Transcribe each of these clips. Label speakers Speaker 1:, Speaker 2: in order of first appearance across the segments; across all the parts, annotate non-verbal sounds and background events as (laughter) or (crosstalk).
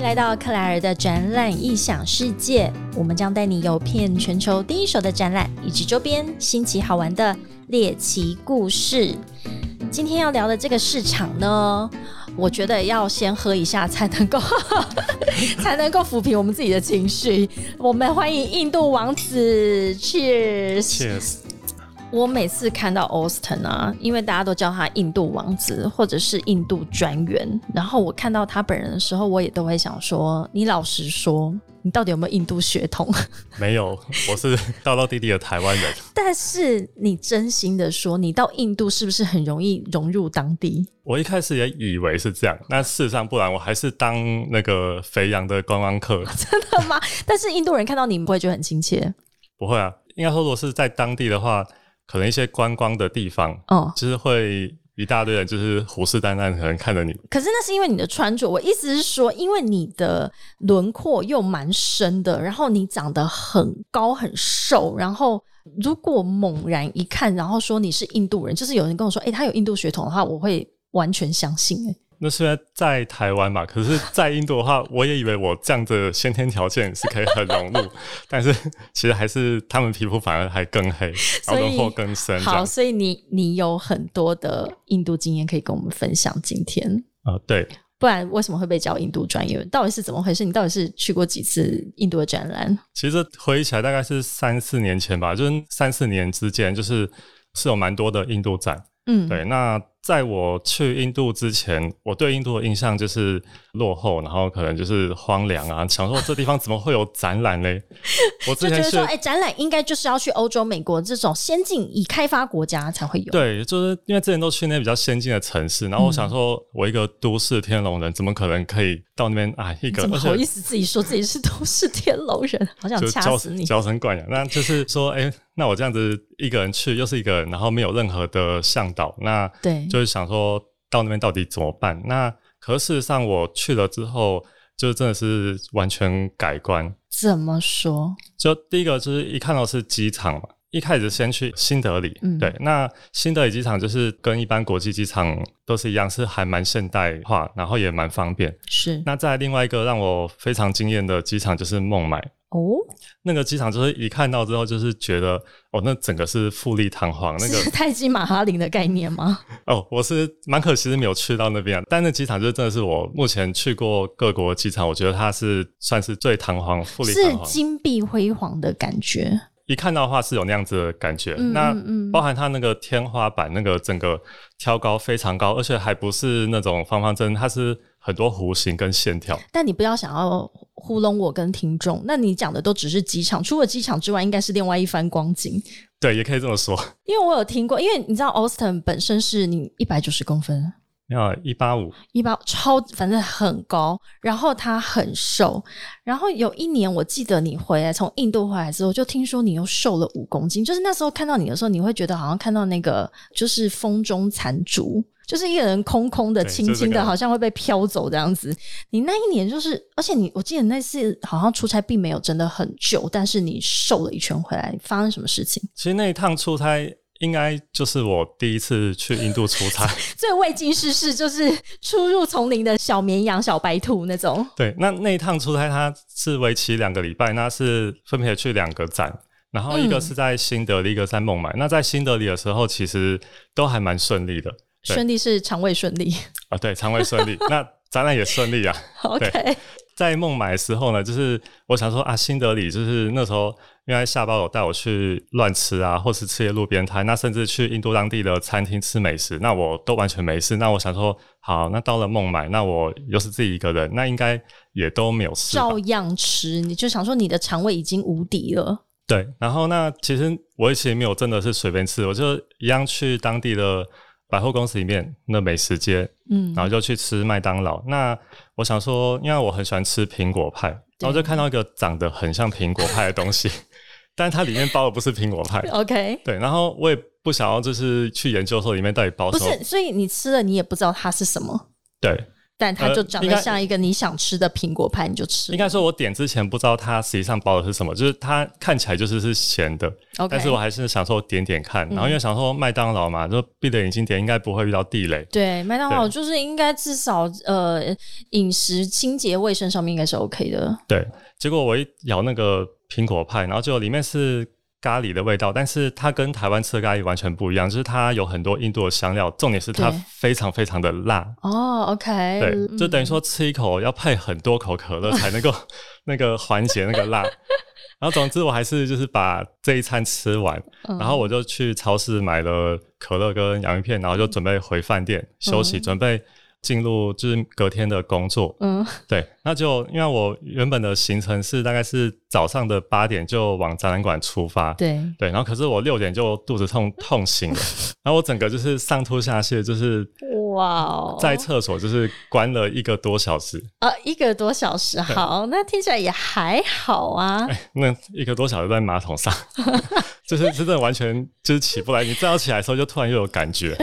Speaker 1: 来到克莱尔的展览异想世界，我们将带你游遍全球第一手的展览，以及周边新奇好玩的猎奇故事。今天要聊的这个市场呢，我觉得要先喝一下才能够 (laughs) 才能够抚平我们自己的情绪。我们欢迎印度王子 Cheers。
Speaker 2: Cheers，
Speaker 1: 我每次看到 Austin 啊，因为大家都叫他印度王子或者是印度专员，然后我看到他本人的时候，我也都会想说：你老实说，你到底有没有印度血统？ (laughs)
Speaker 2: 没有，我是道道地地的台湾人。 (laughs)
Speaker 1: 但是你真心的说，你到印度是不是很容易融入当地？
Speaker 2: 我一开始也以为是这样，那事实上不然，我还是当那个肥羊的观
Speaker 1: (laughs)
Speaker 2: 光客。
Speaker 1: 真的吗？但是印度人看到你不会觉得很亲切，
Speaker 2: 不会啊，应该说，如果是在当地的话，可能一些观光的地方，
Speaker 1: 嗯。
Speaker 2: 就是会一大堆人就是虎视眈眈，可能看着你。
Speaker 1: 可是那是因为你的穿着，我意思是说，因为你的轮廓又蛮深的，然后你长得很高很瘦，然后如果猛然一看，然后说你是印度人，就是有人跟我说，哎、他有印度血统的话，我会完全相信、哎，
Speaker 2: 那虽然在台湾嘛，可是，在印度的话， (laughs) 我也以为我这样的先天条件是可以很融入， (laughs) 但是其实还是他们皮肤反而还更黑，然
Speaker 1: 以
Speaker 2: 后轮廓更深这
Speaker 1: 好，
Speaker 2: 样。
Speaker 1: 所以你你有很多的印度经验可以跟我们分享。今天，
Speaker 2: 啊、对，
Speaker 1: 不然为什么会被叫印度专业？到底是怎么回事？你到底是去过几次印度的展览？
Speaker 2: 其实回忆起来大概是三四年前吧，就是三四年之间，就是是有蛮多的印度展。
Speaker 1: 嗯，
Speaker 2: 对，那在我去印度之前，我对印度的印象就是落后，然后可能就是荒凉啊，想说这地方怎么会有展
Speaker 1: (laughs)
Speaker 2: 览嘞？我
Speaker 1: 就觉
Speaker 2: 之前
Speaker 1: 得
Speaker 2: 是
Speaker 1: 说，哎、展览应该就是要去欧洲、美国这种先进已开发国家才会有。
Speaker 2: 对，就是因为之前都去那比较先进的城市，然后我
Speaker 1: 嗯
Speaker 2: 想说，我一个都市天龙人，怎么可能可以到那边啊？一
Speaker 1: 你
Speaker 2: 个
Speaker 1: 怎么
Speaker 2: 而且
Speaker 1: 好意思自己说自己是都市天龙
Speaker 2: (laughs)
Speaker 1: 人？好想
Speaker 2: 就
Speaker 1: 掐死你！
Speaker 2: 娇生惯养。那就是说，哎、那我这样子一个人去，又是一个人，然后没有任何的向导，那
Speaker 1: 对，
Speaker 2: 就是想说到那边到底怎么办？那可是事实上我去了之后，就真的是完全改观。
Speaker 1: 怎么说？
Speaker 2: 就第一个就是一看到是机场嘛，一开始先去新德里，
Speaker 1: 嗯
Speaker 2: 对，那新德里机场就是跟一般国际机场都是一样，是还蛮现代化，然后也蛮方便。
Speaker 1: 是
Speaker 2: 那再来另外一个让我非常惊艳的机场就是孟买，
Speaker 1: 哦，
Speaker 2: 那个机场就是一看到之后，就是觉得哦，那整个是富丽堂皇。那
Speaker 1: 是
Speaker 2: 个
Speaker 1: 泰姬玛哈陵的概念
Speaker 2: (laughs)
Speaker 1: 吗？
Speaker 2: 哦，我是蛮可惜是没有去到那边、啊，但那机场就是真的是我目前去过各国机场，我觉得它是算是最堂皇、富丽
Speaker 1: 是
Speaker 2: 堂皇。
Speaker 1: 金碧辉煌的感觉。
Speaker 2: 一看到的话是有那样子的感觉。
Speaker 1: 嗯
Speaker 2: 那
Speaker 1: 嗯
Speaker 2: 包
Speaker 1: 嗯，
Speaker 2: 含它那个天花板，那个整个挑高非常高，而且还不是那种方方正，它是很多弧形跟线条。
Speaker 1: 但你不要想要糊弄我跟听众。那你讲的都只是机场，除了机场之外，应该是另外一番光景。
Speaker 2: 对，也可以这么说。
Speaker 1: 因为我有听过，因为你知道 Austin 本身是你一百九十公分，
Speaker 2: 那一八五，
Speaker 1: 一包超，反正很高，然后他很瘦，然后有一年我记得你回来从印度回来之后，就听说你又瘦了五公斤，就是那时候看到你的时候，你会觉得好像看到那个就是风中残烛，就是一个人空空的、
Speaker 2: 对
Speaker 1: 轻
Speaker 2: 就是
Speaker 1: 轻
Speaker 2: 这
Speaker 1: 的，
Speaker 2: 个
Speaker 1: 好像会被飘走这样子。你那一年就是，而且你我记得那次好像出差并没有真的很久，但是你瘦了一圈回来，发生什么事情？ (laughs)
Speaker 2: 其实那一趟出差应该就是我第一次去印度出差。
Speaker 1: 最未经世事就是出入丛林的小绵羊、小白兔那种。
Speaker 2: 对，那那一趟出差它是为期两个礼拜，那是分别去两个站，然后一个
Speaker 1: 嗯
Speaker 2: 是在新德里，一个在孟买。那在新德里的时候，其实都还蛮顺利的对
Speaker 1: 顺利是肠胃顺利。
Speaker 2: 啊，对，肠胃
Speaker 1: (laughs)
Speaker 2: 顺利，那展览也顺利啊。
Speaker 1: OK，
Speaker 2: 在孟买的时候呢，就是我想说啊，新德里就是那时候，因为下巴有带我去乱吃啊，或是吃些路边摊，那甚至去印度当地的餐厅吃美食，那我都完全没事。那我想说，好，那到了孟买，那我又是自己一个人，那应该也都没有事吧。
Speaker 1: 照样吃，你就想说你的肠胃已经无敌了。
Speaker 2: 对，然后那其实我其实没有真的是随便吃，我就一样去当地的百货公司里面那美食街，
Speaker 1: 嗯
Speaker 2: 然，后就去吃麦当劳。那我想说，因为我很喜欢吃苹果派，然后就看到一个长得很像苹果派的东西， (laughs) 但它里面包的不是苹果派。
Speaker 1: OK，
Speaker 2: 对，然后我也不想要就是去研究说里面到底包
Speaker 1: 不
Speaker 2: 什么。
Speaker 1: 是，所以你吃了你也不知道它是什么。
Speaker 2: 对，
Speaker 1: 但它就
Speaker 2: 呃
Speaker 1: 长
Speaker 2: 应
Speaker 1: 得
Speaker 2: 该
Speaker 1: 像一个你想吃的苹果派，你就吃
Speaker 2: 应。该说，我点之前不知道它实际上包的是什么，就是它看起来就是是咸的
Speaker 1: OK 嗯
Speaker 2: 但是我还是想说点点看。然后因为想说麦当劳嘛，就闭着眼睛点，应该不会遇到地雷。
Speaker 1: 对，麦当劳
Speaker 2: 对
Speaker 1: 就是应该至少呃饮食清洁卫生上面应该是 OK 的。
Speaker 2: 对，结果我一咬那个苹果派，然后就里面是咖喱的味道，但是它跟台湾吃的咖喱完全不一样，就是它有很多印度的香料，重点是它
Speaker 1: 对
Speaker 2: 非常非常的辣。
Speaker 1: 哦，OK，
Speaker 2: 对，
Speaker 1: 嗯
Speaker 2: 就等于说吃一口要配很多口可乐才能够 (laughs) 那个缓解那个辣。然后总之我还是就是把这一餐吃完，
Speaker 1: 嗯
Speaker 2: 然后我就去超市买了可乐跟洋芋片，然后就准备回饭
Speaker 1: 嗯
Speaker 2: 店休息，准备进入就是隔天的工作。
Speaker 1: 嗯
Speaker 2: 对，那就因为我原本的行程是大概是早上的八点就往展览馆出发。
Speaker 1: 对，
Speaker 2: 对，然后可是我六点就肚子痛痛醒
Speaker 1: (laughs)
Speaker 2: 了，然后我整个就是上吐下泻，就是
Speaker 1: 哇哦，
Speaker 2: 在厕所就是关了一个多小时，
Speaker 1: 啊一个多小时，好，那听起来也还好啊。
Speaker 2: 那一个多小时在马桶上， (laughs) 就是真的完全 (laughs) 就是起不来。你正要起来的时候，就突然又有感
Speaker 1: (laughs)
Speaker 2: 觉。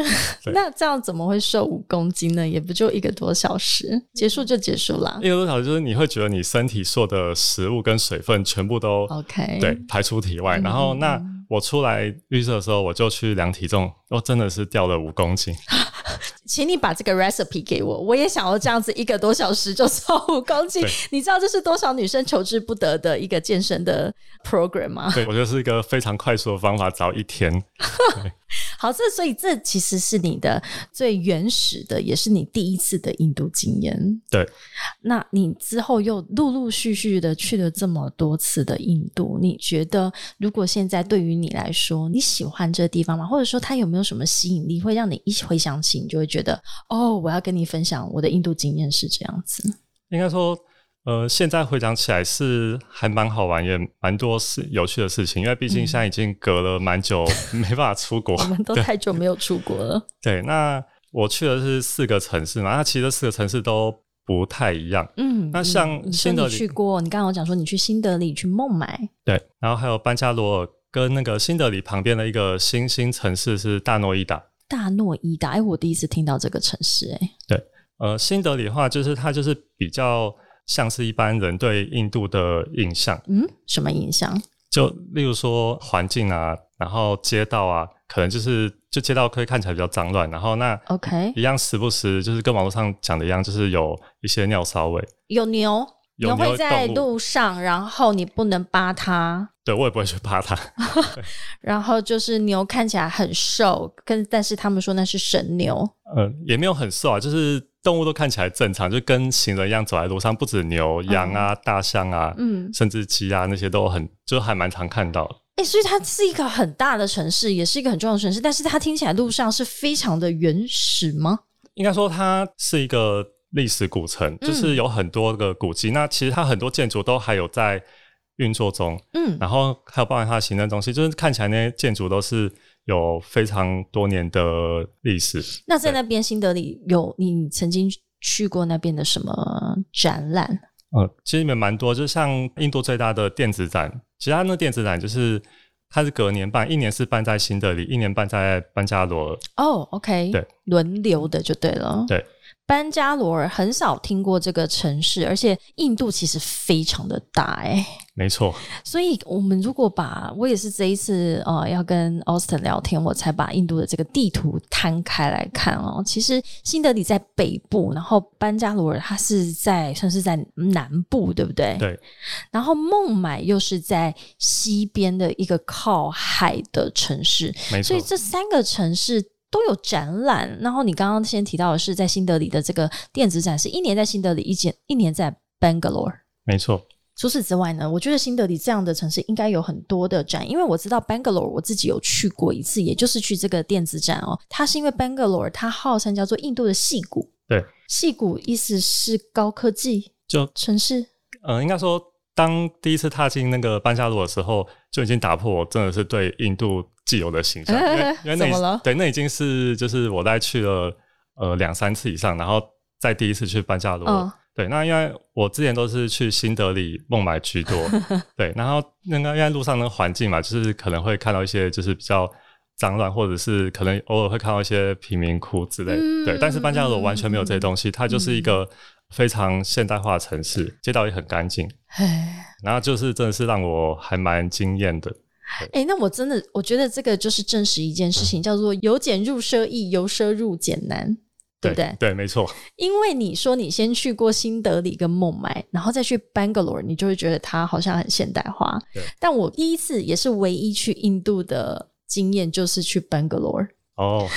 Speaker 2: 对
Speaker 1: 那这样怎么会瘦五公斤呢？也不就一个多小
Speaker 2: 嗯
Speaker 1: 时，结束就结束啦。
Speaker 2: 一个多小时就是你会觉得你身体所有的食物跟水分全部都
Speaker 1: OK，
Speaker 2: 对，排出体外。
Speaker 1: 嗯
Speaker 2: 然后
Speaker 1: 嗯
Speaker 2: 那我出来预测的时候，我就去量体重，哦，真的是掉了五公斤。
Speaker 1: 请你把这个 recipe 给我，我也想要这样子一个多小时就瘦五公斤
Speaker 2: 对。
Speaker 1: 你知道这是多少女生求之不得的一个健身的 program 吗？
Speaker 2: 对我觉得是一个非常快速的方法，只要一天。
Speaker 1: 好，这所以这其实是你的最原始的，也是你第一次的印度经验。
Speaker 2: 对，
Speaker 1: 那你之后又陆陆续续的去了这么多次的印度，你觉得如果现在对于你来说，你喜欢这地方吗？或者说它有没有什么吸引力，会让你一回想起，你就会觉得哦，我要跟你分享我的印度经验是这样
Speaker 2: (laughs)
Speaker 1: 子。
Speaker 2: 应该说，呃，现在回想起来是还蛮好玩，也蛮多事有趣的事情。因为毕竟现在已经隔了蛮久， (laughs) 没办法出国。
Speaker 1: 嗯我们都太久没有出国
Speaker 2: (laughs)
Speaker 1: 了。
Speaker 2: 对，那我去的是四个城市嘛，那其实这四个城市都不太一样。
Speaker 1: 嗯，
Speaker 2: 那
Speaker 1: 嗯
Speaker 2: 像
Speaker 1: 你说
Speaker 2: 新德
Speaker 1: 你
Speaker 2: 里
Speaker 1: 去过，你刚刚有讲说你去新德里、去孟买，
Speaker 2: 对，然后还有班加罗尔跟那个新德里旁边的一个新兴城市是大诺伊达。
Speaker 1: 大诺伊达，哎，我第一次听到这个城市、哎。
Speaker 2: 呃，新德里的话，就是它就是比较像是一般人对印度的印象，
Speaker 1: 嗯，什么影响？
Speaker 2: 就例如说环境啊，然后街道啊，可能就是就街道会看起来比较脏乱，然后那
Speaker 1: OK
Speaker 2: 一样时不时就是跟网络上讲的一样，就是有一些尿骚味。
Speaker 1: 有牛，
Speaker 2: 有
Speaker 1: 牛会
Speaker 2: 牛
Speaker 1: 在
Speaker 2: 动物
Speaker 1: 路上，然后你不能扒它，
Speaker 2: 对我也不会去怕它，
Speaker 1: 然后就是牛看起来很瘦，跟但是他们说那是神牛。
Speaker 2: 呃，也没有很瘦啊，就是动物都看起来正常，就跟行人一样走在路上，不止牛、羊啊、大象啊，
Speaker 1: 嗯，
Speaker 2: 甚至鸡啊那些都很，就还蛮常看到的。
Speaker 1: 哎、所以它是一个很大的城市，也是一个很重要的城市，但是它听起来路上是非常的原始吗？
Speaker 2: 应该说它是一个历史古城，就是有很多个古迹。那其实它很多建筑都还有在运作中，
Speaker 1: 嗯，
Speaker 2: 然后还有包含它的行政中心，就是看起来那些建筑都是有非常多年的历史。
Speaker 1: 那在那边新德里有你曾经去过那边的什么展览？
Speaker 2: 呃，其实里面蛮多，就像印度最大的电子展，其实它那电子展就是它是隔年办，一年是办在新德里，一年办在班加罗尔。
Speaker 1: 哦、o k
Speaker 2: 对，
Speaker 1: 轮流的就对了。
Speaker 2: 对，
Speaker 1: 班加罗尔很少听过这个城市，而且印度其实非常的大哎、
Speaker 2: 没错，
Speaker 1: 所以我们如果把我也是这一次呃要跟 Austin 聊天，我才把印度的这个地图摊开来看哦。其实新德里在北部，然后班加罗尔它是在算是在南部，对不对？
Speaker 2: 对。
Speaker 1: 然后孟买又是在西边的一个靠海的城市，
Speaker 2: 没
Speaker 1: 所
Speaker 2: 错
Speaker 1: 以。这三个城市都有展览。然后你刚刚先提到的是在新德里的这个电子展，是一年在新德里，一年一年在 Bangalore。
Speaker 2: 没错，
Speaker 1: 除此之外呢，我觉得新德里这样的城市应该有很多的展，因为我知道 Bangalore 我自己有去过一次，也就是去这个电子展哦。它是因为 Bangalore 它号称叫做印度的戏谷，
Speaker 2: 对，
Speaker 1: 戏谷意思是高科技
Speaker 2: 就
Speaker 1: 城市。
Speaker 2: 呃，应该说，当第一次踏进那个班加罗的时候，就已经打破我真的是对印度既有的形象，
Speaker 1: (laughs)
Speaker 2: 因为因为那
Speaker 1: 怎么
Speaker 2: 已
Speaker 1: 了
Speaker 2: 对，那已经是就是我大概去了呃两三次以上，然后再第一次去班加罗。
Speaker 1: 嗯
Speaker 2: 对，那因为我之前都是去新德里、孟
Speaker 1: (laughs)
Speaker 2: 买居多，对，然后那个因为路上那个环境嘛，就是可能会看到一些就是比较脏乱，或者是可能偶尔会看到一些贫民窟之类的。
Speaker 1: 嗯
Speaker 2: 对，但是班加罗完全没有这些东西，它就是一个非常现代化的城市，街道也很干净。
Speaker 1: 哎、
Speaker 2: 然后就是真的是让我还蛮惊艳的。
Speaker 1: 哎那我真的我觉得这个就是证实一件事情，叫做由俭入奢易，由奢入俭难，对不对？
Speaker 2: 对，没错，
Speaker 1: 因为你说你先去过新德里跟孟买，然后再去 Bangalore，你就会觉得它好像很现代化
Speaker 2: 对。
Speaker 1: 但我第一次也是唯一去印度的经验就是去 Bangalore， (laughs)
Speaker 2: 哦，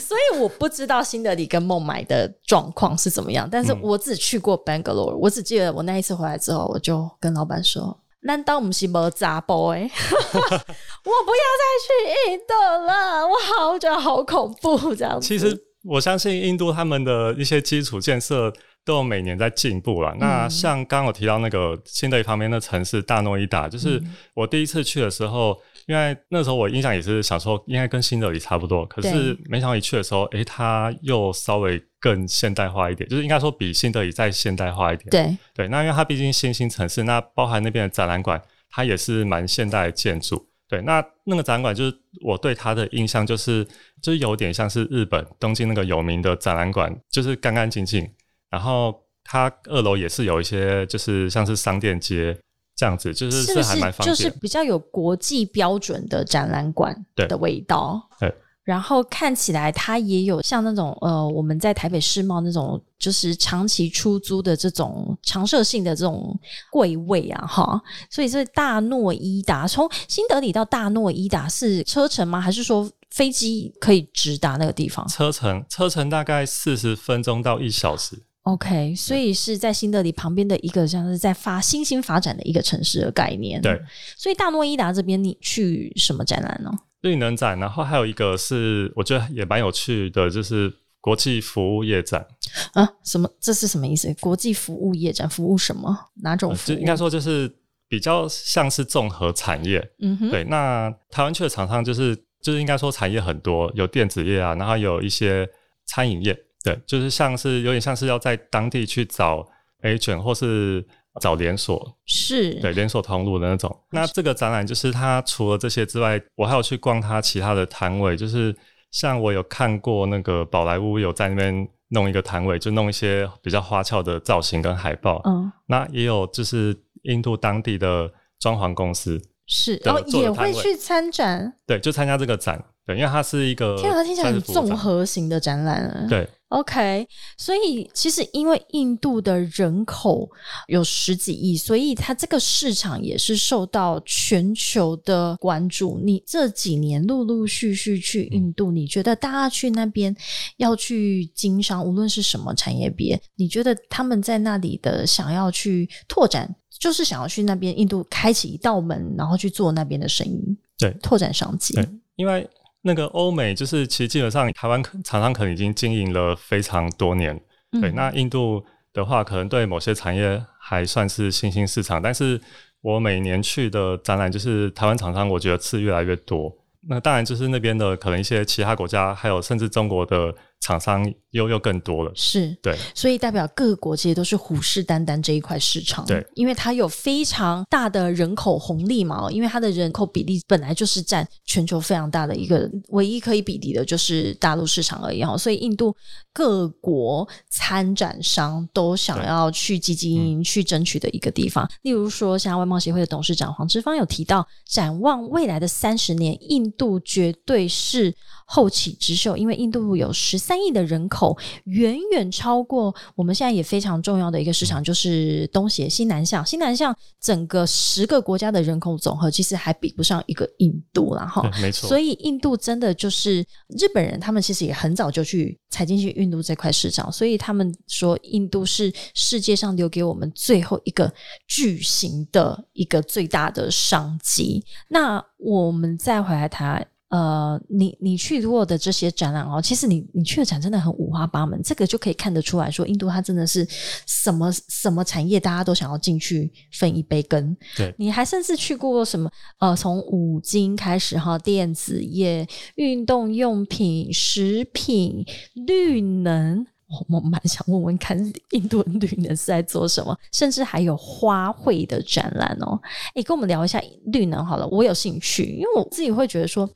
Speaker 1: 所以我不知道新德里跟孟买的状况是怎么样。但是
Speaker 2: 嗯
Speaker 1: 我只去过 Bangalore，、我只记得我那一次回来之后，我就跟老板说。难道我们是没杂波 (laughs) 哎？我不要再去印度了，我好我觉得好恐怖这样子。
Speaker 2: 其实我相信印度他们的一些基础建设都有每年在进步了。
Speaker 1: 嗯
Speaker 2: 那像刚刚我提到那个新的一旁边的城市大诺伊
Speaker 1: 嗯
Speaker 2: 达，就是我第一次去的时候，因为那时候我印象也是想说应该跟新德里差不多，可是
Speaker 1: 对
Speaker 2: 没想到一去的时候，诶、它又稍微更现代化一点，就是应该说比新德里再现代化一点。
Speaker 1: 对，
Speaker 2: 对，那因为它毕竟新兴城市，那包含那边的展览馆，它也是蛮现代的建筑。对，那那个展览馆就是我对它的印象就是，就是有点像是日本东京那个有名的展览馆，就是干干净净，然后它二楼也是有一些就是像是商店街这样子，就是
Speaker 1: 是不
Speaker 2: 还
Speaker 1: 是
Speaker 2: 蛮方
Speaker 1: 就
Speaker 2: 便。
Speaker 1: 是比较有国际标准的展览馆
Speaker 2: 对
Speaker 1: 的味道？
Speaker 2: 对
Speaker 1: 然后看起来它也有像那种呃，我们在台北世贸那种，就是长期出租的这种常设性的这种柜位啊，哈。所以这大诺伊达从新德里到大诺伊达是车程吗？还是说飞机可以直达那个地方
Speaker 2: 车程车程大概四十分钟到一小时，
Speaker 1: ？OK，所以是在新德里旁边的一个像是在发新兴发展的一个城市的概念。
Speaker 2: 对，
Speaker 1: 所以大诺伊达这边你去什么展览呢？
Speaker 2: 绿能展，然后还有一个是我觉得也蛮有趣的，就是国际服务业展。
Speaker 1: 啊，什么？这是什么意思？国际服务业展服务什么？哪种
Speaker 2: 呃
Speaker 1: 服
Speaker 2: 就
Speaker 1: 务？
Speaker 2: 应该说就是比较像是综合产业。
Speaker 1: 嗯哼，
Speaker 2: 对，那台湾区的厂商就是就是应该说产业很多，有电子业啊，然后有一些餐饮业，对，就是像是有点像是要在当地去找 agent 或是。找连锁，
Speaker 1: 是，
Speaker 2: 对连锁通路的那种。那这个展览就是它除了这些之外，我还有去逛它其他的摊位，就是像我有看过那个宝莱坞有在那边弄一个摊位，就弄一些比较花俏的造型跟海报。
Speaker 1: 嗯，
Speaker 2: 那也有就是印度当地的装潢公司，
Speaker 1: 是，
Speaker 2: 对
Speaker 1: 哦，
Speaker 2: 做
Speaker 1: 也
Speaker 2: 的摊
Speaker 1: 会
Speaker 2: 位
Speaker 1: 去参展。
Speaker 2: 对，就参加这个展，对，因为它是一个
Speaker 1: 天啊，它听起来很
Speaker 2: 呃算是服务展
Speaker 1: 综，合型的展览啊。
Speaker 2: 对，
Speaker 1: OK，所以其实因为印度的人口有十几亿，所以它这个市场也是受到全球的关注。你这几年陆陆续续去
Speaker 2: 嗯
Speaker 1: 印度，你觉得大家去那边要去经商，无论是什么产业别，你觉得他们在那里的想要去拓展，就是想要去那边印度开启一道门，然后去做那边的生意，
Speaker 2: 对
Speaker 1: 拓展商机。
Speaker 2: 对因为那个欧美就是其实基本上台湾厂商可能已经经营了非常多年，对，
Speaker 1: 嗯
Speaker 2: 那印度的话可能对某些产业还算是新兴市场，但是我每年去的展览就是台湾厂商，我觉得是越来越多。那当然就是那边的可能一些其他国家，还有甚至中国的厂商又又更多了，
Speaker 1: 是
Speaker 2: 对。
Speaker 1: 所以代表各国其实都是虎视眈眈这一块市场，
Speaker 2: 对，
Speaker 1: 因为它有非常大的人口红利嘛，哦因为它的人口比例本来就是占全球非常大的一个，唯一可以比拟的就是大陆市场而已哦，所以印度各国参展商都想
Speaker 2: 对嗯
Speaker 1: 要去积极营营去争取的一个地方，例如说像外贸协会的董事长黄之芳有提到，展望未来的三十年，印度绝对是后起之秀，因为印度有十三亿的人口，远远超过我们现在也非常重要的一个市场，就是东协西南向。西南向整个十个国家的人口总和，其实还比不上一个印度啦哈。
Speaker 2: 对没
Speaker 1: 哦
Speaker 2: 错，
Speaker 1: 所以印度真的就是日本人，他们其实也很早就去踩进去印度这块市场，所以他们说印度是世界上留给我们最后一个巨型的一个最大的商机。那我们再回来谈。呃，你你去过的这些展览哦，其实你你去的展真的很五花八门，这个就可以看得出来说，印度它真的是什么什么产业大家都想要进去分一杯羹。
Speaker 2: 对
Speaker 1: 你还甚至去过什么呃，从五金开始哈，电子业、运动用品、食品、绿能，哦我蛮想问问看，印度女人是在做什么？甚至还有花卉的展览哦。诶，跟我们聊一下绿能好了，我有兴趣，因为我自己会觉得说，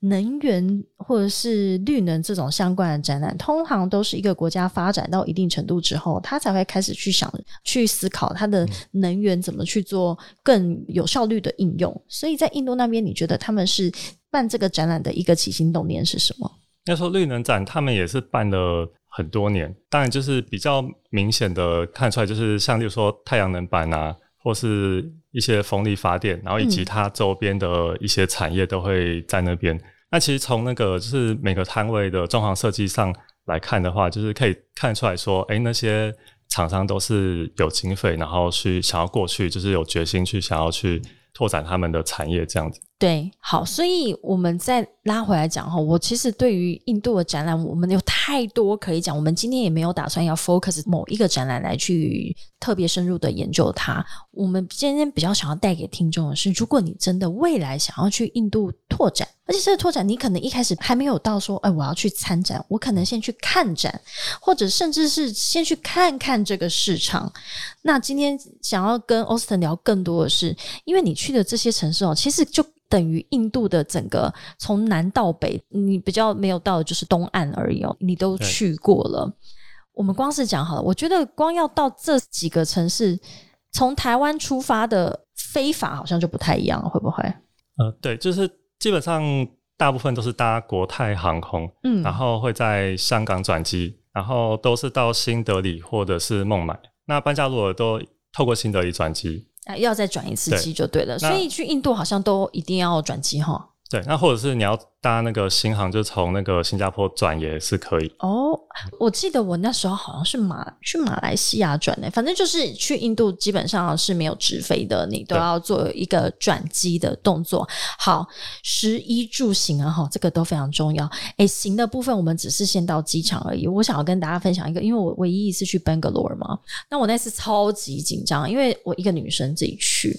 Speaker 1: 能源或者是绿能这种相关的展览，通常都是一个国家发展到一定程度之后，他才会开始去想、去思考它的能源怎么去做更有效率的应用。所以在印度那边，你觉得他们是办这个展览的一个起心动念是什么？
Speaker 2: 要说绿能展，他们也是办了很多年，当然就是比较明显的看出来，就是像例如说太阳能板啊，或是一些风力发电，然后以及它周边的一些产业都会在那边。那其实从那个就是每个摊位的装潢设计上来看的话，就是可以看出来说，哎、那些厂商都是有经费，然后去想要过去，就是有决心去想要去拓展他们的产业这样子。
Speaker 1: 对，好，所以我们再拉回来讲哈，我其实对于印度的展览，我们有太多可以讲，我们今天也没有打算要 focus 某一个展览来去特别深入的研究它。我们今天比较想要带给听众的是，如果你真的未来想要去印度拓展，而且这个拓展你可能一开始还没有到说，哎，我要去参展，我可能先去看展，或者甚至是先去看看这个市场。那今天想要跟 Austin 聊更多的是，因为你去的这些城市哦，其实就等于印度的整个从南到北，你比较没有到的就是东岸而已哦，你都
Speaker 2: 对
Speaker 1: 去过了。我们光是讲好了，我觉得光要到这几个城市，从台湾出发的飞法好像就不太一样了，会不会？
Speaker 2: 呃，对，就是基本上大部分都是搭国泰航空，
Speaker 1: 嗯
Speaker 2: 然后会在香港转机，然后都是到新德里或者是孟买。那班加罗尔都透过新德里转机，
Speaker 1: 啊要再转一次
Speaker 2: 对
Speaker 1: 机就对了。
Speaker 2: 那
Speaker 1: 所以去印度好像都一定要转机哈。
Speaker 2: 对，那或者是你要搭那个新航，就从那个新加坡转也是可以。
Speaker 1: 哦，我记得我那时候好像是马去马来西亚转的，反正就是去印度基本上是没有直飞的，你都
Speaker 2: 对
Speaker 1: 要做一个转机的动作。好，食衣住行啊，哈，这个都非常重要。诶，行的部分我们只是先到机场而已。我想要跟大家分享一个，因为我唯一一次去 Bangalore 嘛，那我那次超级紧张，因为我一个女生自己去，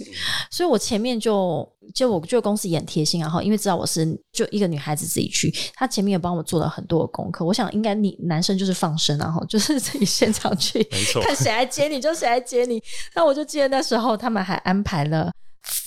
Speaker 1: 所以我前面就就我就公司也很贴心啊，然后因为知道我是就一个女孩子自己去，她前面也帮我做了很多的功课。我想应该你男生就是放生啊，然后就是自己现场去
Speaker 2: 没错，
Speaker 1: (laughs) 看谁来接你就谁来接你。那我就记得那时候他们还安排了。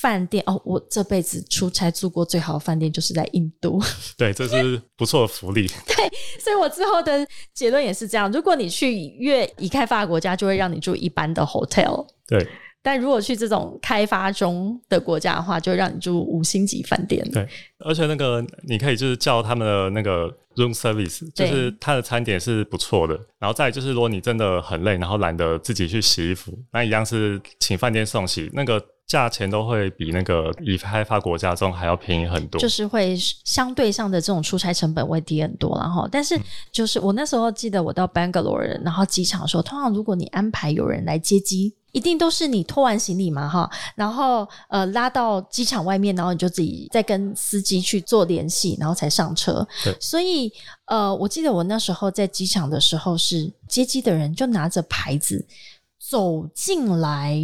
Speaker 1: 饭店哦，我这辈子出差住过最好的饭店就是在印度， (laughs)
Speaker 2: 对，这是不错的福利。
Speaker 1: 所以我之后的结论也是这样：如果你去越已开发的国家，就会让你住一般的 hotel；
Speaker 2: 对
Speaker 1: 但如果去这种开发中的国家的话，就会让你住五星级饭店。
Speaker 2: 对，而且那个你可以就是叫他们的那个 room service，就
Speaker 1: 对
Speaker 2: 是他的餐点是不错的。然后再来就是，如果你真的很累，然后懒得自己去洗衣服，那一样是请饭店送洗，那个价钱都会比那个已开发国家中还要便宜很多。
Speaker 1: 就是会相对上的这种出差成本会低很多然后但
Speaker 2: 嗯
Speaker 1: 是就是我那时候记得我到 Bangalore，然后机场的时候，通常如果你安排有人来接机。一定都是你拖完行李嘛，哈，然后呃拉到机场外面，然后你就自己再跟司机去做联系，然后才上车
Speaker 2: 对。
Speaker 1: 所以呃，我记得我那时候在机场的时候是接机的人就拿着牌子走进来，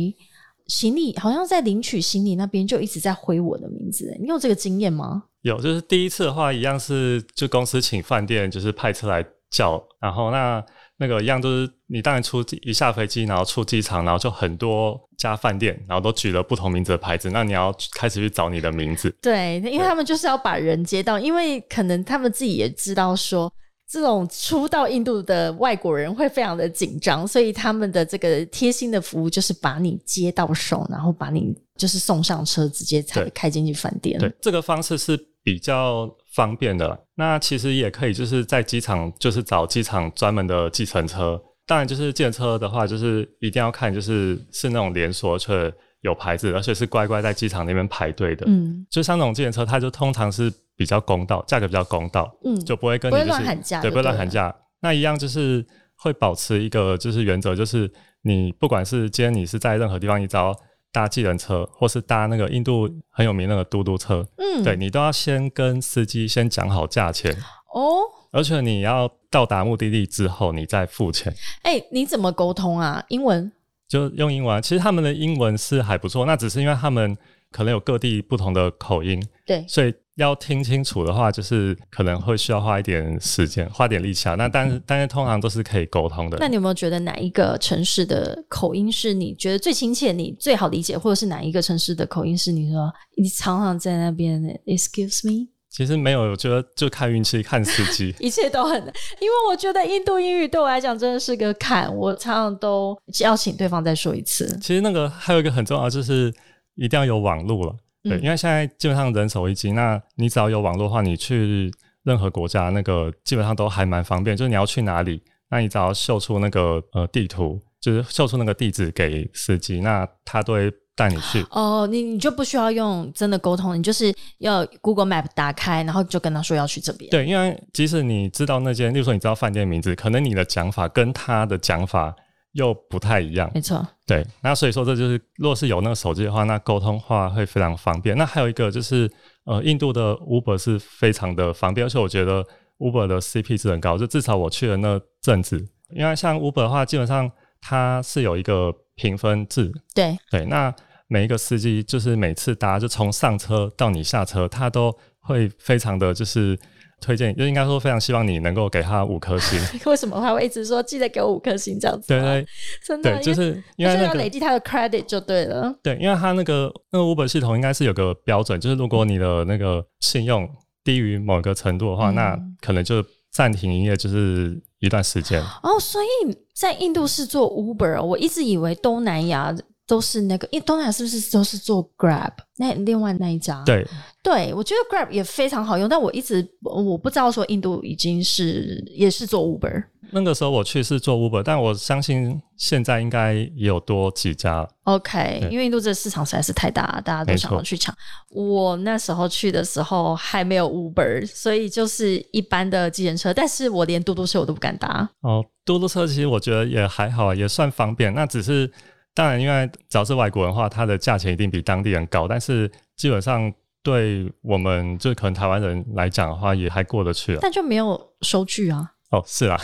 Speaker 1: 行李好像在领取行李那边就一直在挥我的名字。你有这个经验吗？
Speaker 2: 有，就是第一次的话，一样是就公司请饭店，就是派车来叫，然后那那个一样就是你当然出机一下飞机，然后出机场，然后就很多家饭店，然后都举了不同名字的牌子，那你要开始去找你的名字。
Speaker 1: 对，因为他们就是要把人接到，因为可能他们自己也知道说，这种初到印度的外国人会非常的紧张，所以他们的这个贴心的服务就是把你接到手，然后把你就是送上车，直接才
Speaker 2: 对
Speaker 1: 开进去饭店。
Speaker 2: 对，这个方式是比较方便的啦。那其实也可以就是在机场，就是找机场专门的计程车。当然，就是计程车的话，就是一定要看，就是是那种连锁却有牌子，而且是乖乖在机场那边排队的。
Speaker 1: 嗯
Speaker 2: 就像那种计程车，它就通常是比较公道，价格比较公道，
Speaker 1: 嗯，
Speaker 2: 就不会跟你、
Speaker 1: 不
Speaker 2: 就
Speaker 1: 会
Speaker 2: 是、
Speaker 1: 乱喊价就
Speaker 2: 对，不会乱
Speaker 1: 对
Speaker 2: 喊
Speaker 1: 了
Speaker 2: 价。那一样就是会保持一个就是原则，就是你不管是今天你是在任何地方，你只要搭计程车，或是搭那个印度很有名那个嘟嘟车，
Speaker 1: 嗯
Speaker 2: 对你都要先跟司机先讲好价钱，
Speaker 1: 哦，
Speaker 2: 而且你要到达目的地之后你再付钱。
Speaker 1: 哎、你怎么沟通啊？英文？
Speaker 2: 就用英文啊，其实他们的英文是还不错，那只是因为他们可能有各地不同的口音，
Speaker 1: 对，
Speaker 2: 所以要听清楚的话，就是可能会需要花一点时间，花点力气啊。那但是但是通常都是可以沟通的。
Speaker 1: 那你有没有觉得哪一个城市的口音是你觉得最亲切、你最好理解，或者是哪一个城市的口音是你说你常常在那边？Excuse me，。
Speaker 2: 其实没有，我觉得就看运气，看司机
Speaker 1: (laughs) 一切都很难，因为我觉得印度英语对我来讲真的是个坎，我常常都要请对方再说一次。
Speaker 2: 其实那个还有一个很重要，就是一定要有网络了。对，
Speaker 1: 嗯
Speaker 2: 因为现在基本上人手一机，那你只要有网络的话，你去任何国家那个基本上都还蛮方便。就是你要去哪里，那你只要秀出那个呃地图，就是秀出那个地址给司机，那他都会带你去。
Speaker 1: 哦，你你就不需要用真的沟通，你就是要 Google Map 打开，然后就跟他说要去这边。
Speaker 2: 对，因为即使你知道那间，例如说你知道饭店名字，可能你的讲法跟他的讲法又不太一样。
Speaker 1: 没错，
Speaker 2: 对，那所以说这就是，如果是有那个手机的话，那沟通话会非常方便。那还有一个就是，呃，印度的 Uber 是非常的方便，而且我觉得 Uber 的 CP 值很高，就至少我去的那阵子，因为像 Uber 的话，基本上它是有一个评分制，
Speaker 1: 对，
Speaker 2: 对，那每一个司机就是每次搭，就从上车到你下车，他都会非常的就是推荐，就应该说非常希望你能够给他五颗星。 (laughs)
Speaker 1: 为什么他会一直说记得给我五颗星这样子？啊
Speaker 2: 对，对
Speaker 1: 真的，
Speaker 2: 对，就是
Speaker 1: 因
Speaker 2: 因
Speaker 1: 为
Speaker 2: 为
Speaker 1: 他就
Speaker 2: 那
Speaker 1: 要累
Speaker 2: 个
Speaker 1: 积他的 credit 就对了。
Speaker 2: 对，因为他那个那个 Uber 系统应该是有个标准，就是如果你的那个信用低于某个程度的话，
Speaker 1: 嗯
Speaker 2: 那可能就暂停营业，就是一段时间。
Speaker 1: 哦，所以在印度是做 Uber，哦我一直以为东南亚都是那个，因为东南亚是不是都是做 Grab？那另外那一家，
Speaker 2: 对，
Speaker 1: 对，我觉得 Grab 也非常好用，但我一直我不知道说印度已经是也是做 Uber。
Speaker 2: 那个时候我去是做 Uber，但我相信现在应该也有多几家了。
Speaker 1: OK，
Speaker 2: 对
Speaker 1: 因为印度这个市场实在是太大了，大家都
Speaker 2: 没
Speaker 1: 想要
Speaker 2: 错
Speaker 1: 去抢。我那时候去的时候还没有 Uber，所以就是一般的计程车，但是我连嘟嘟车我都不敢搭。
Speaker 2: 哦，嘟嘟车其实我觉得也还好，啊也算方便。那只是当然，因为只要是外国人的话，它的价钱一定比当地人高，但是基本上对我们就是可能台湾人来讲的话，也还过得去啊。
Speaker 1: 但就没有收据啊，
Speaker 2: 哦，是啦，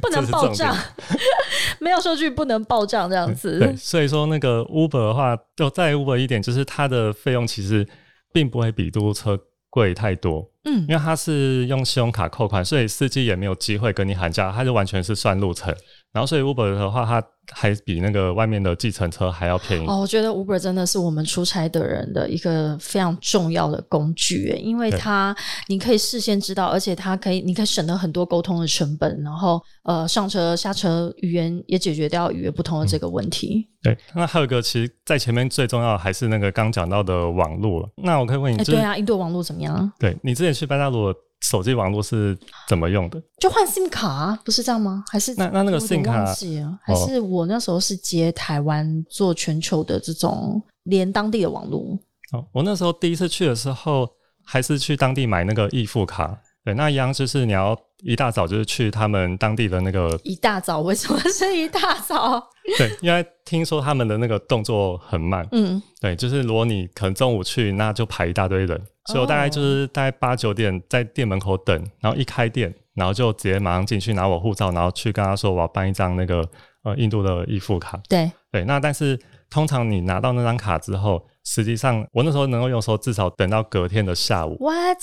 Speaker 1: 不能
Speaker 2: (laughs) 这是
Speaker 1: 报
Speaker 2: 重
Speaker 1: 账， (laughs) 没有收据不能报账这样子。
Speaker 2: 对，所以说那个 Uber 的话，就在 Uber 一点，就是它的费用其实并不会比嘟嘟车贵太多，
Speaker 1: 嗯
Speaker 2: 因为它是用信用卡扣款，所以司机也没有机会跟你喊价，它就完全是算路程。然后所以 Uber 的话，它还比那个外面的计程车还要便宜。
Speaker 1: 哦，我觉得 Uber 真的是我们出差的人的一个非常重要的工具，因为
Speaker 2: 对
Speaker 1: 它你可以事先知道，而且它可以，你可以省了很多沟通的成本，然后呃上车下车语言也解决掉语言不通的
Speaker 2: 嗯
Speaker 1: 这个问题。
Speaker 2: 对，那还有一个，其实，在前面最重要的还是那个刚讲到的网络了。那我可以问你，
Speaker 1: 哎、
Speaker 2: 就是、
Speaker 1: 对啊，印度网络怎么样？
Speaker 2: 对你之前去班加罗手机网络是怎么用的？
Speaker 1: 就换 SIM 卡、啊、不是这样吗？还是
Speaker 2: 那那那个
Speaker 1: 我有点
Speaker 2: SIM 卡哦
Speaker 1: 忘记了还是我那时候是接台湾做全球的这种连当地的网络。
Speaker 2: 哦，我那时候第一次去的时候，还是去当地买那个易付卡。对，那一样就是你要一大早就是去他们当地的那个，
Speaker 1: 一大早为什么是一大早？
Speaker 2: 对，因为听说他们的那个动作很慢。
Speaker 1: 嗯，
Speaker 2: 对，就是如果你可能中午去，那就排一大堆人，所以我大概就是大概八九点在店门口等，然后一开店，然后就直接马上进去拿我护照，然后去跟他说我要办一张那个呃印度的易付卡。
Speaker 1: 对，
Speaker 2: 对，那但是通常你拿到那张卡之后，实际上我那时候能够用的时候，至少等到隔天的下午。
Speaker 1: What？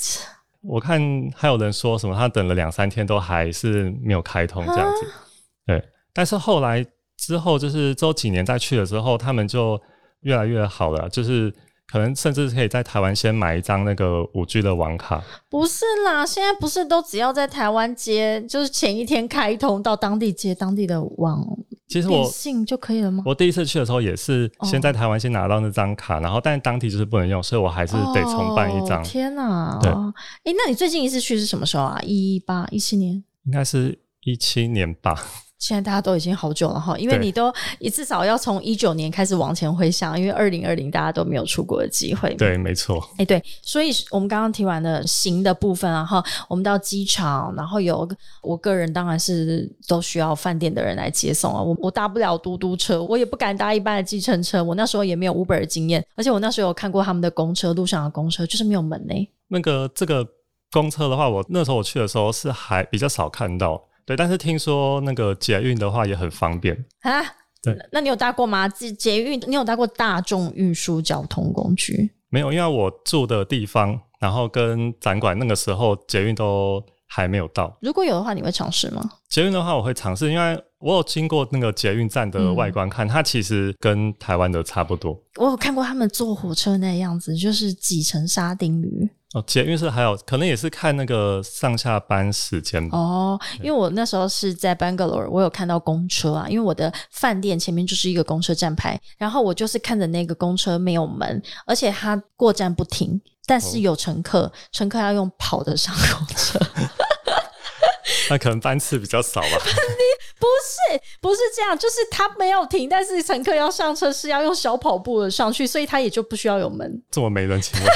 Speaker 2: 我看还有人说什么他等了两三天都还是没有开通这样子，
Speaker 1: 啊
Speaker 2: 对。但是后来之后就是之后几年再去的时候，他们就越来越好了，就是可能甚至可以在台湾先买一张那个五 G 的网卡，
Speaker 1: 不是啦，现在不是都只要在台湾接，就是前一天开通到当地接当地的网
Speaker 2: 其实
Speaker 1: 电
Speaker 2: 我
Speaker 1: 信就可以了吗？哦
Speaker 2: 我第一次去的时候也是先在台湾先拿到那张卡，然后但当地就是不能用，所以我还是得重办一张
Speaker 1: 哦、，天哪！
Speaker 2: 对
Speaker 1: 哎、那你最近一次去是什么时候啊？一八一七年。
Speaker 2: 应该是一七年吧。
Speaker 1: 现在大家都已经好久了哈，因为
Speaker 2: 对
Speaker 1: 你都你至少要从一九年开始往前回想，因为二零二零大家都没有出国的机会嘛。
Speaker 2: 对，没错，
Speaker 1: 哎，对，所以我们刚刚提完了行的部分啊，然后我们到机场，然后有我个人当然是都需要饭店的人来接送啊。我我搭不了嘟嘟车，我也不敢搭一般的计程车，我那时候也没有 Uber 的经验，而且我那时候有看过他们的公车，路上的公车就是没有门呢、
Speaker 2: 那个这个公车的话，我那时候我去的时候是还比较少看到，对，但是听说那个捷运的话也很方便。
Speaker 1: 啊。
Speaker 2: 对
Speaker 1: 那，那你有搭过吗？捷捷运，你有搭过大众运输交通工具？
Speaker 2: 没有，因为我住的地方，然后跟展馆那个时候捷运都还没有到。
Speaker 1: 如果有的话，你会尝试吗？
Speaker 2: 捷运的话，我会尝试，因为我有经过那个捷运站的外观看，它其实跟台湾的差不多。
Speaker 1: 我有看过他们坐火车那样子，就是挤成沙丁鱼。
Speaker 2: 哦，捷运是还有可能也是看那个上下班时间吧。
Speaker 1: 哦，因为我那时候是在 Bangalore，我有看到公车啊，因为我的饭店前面就是一个公车站牌，然后我就是看着那个公车没有门，而且它过站不停，但是有乘客，乘客要用跑的上公车，
Speaker 2: 那可能班次比较少吧。 (laughs)
Speaker 1: 不是不是这样，就是它没有停，但是乘客要上车是要用小跑步的上去，所以它也就不需要有门。
Speaker 2: 这么没人情味，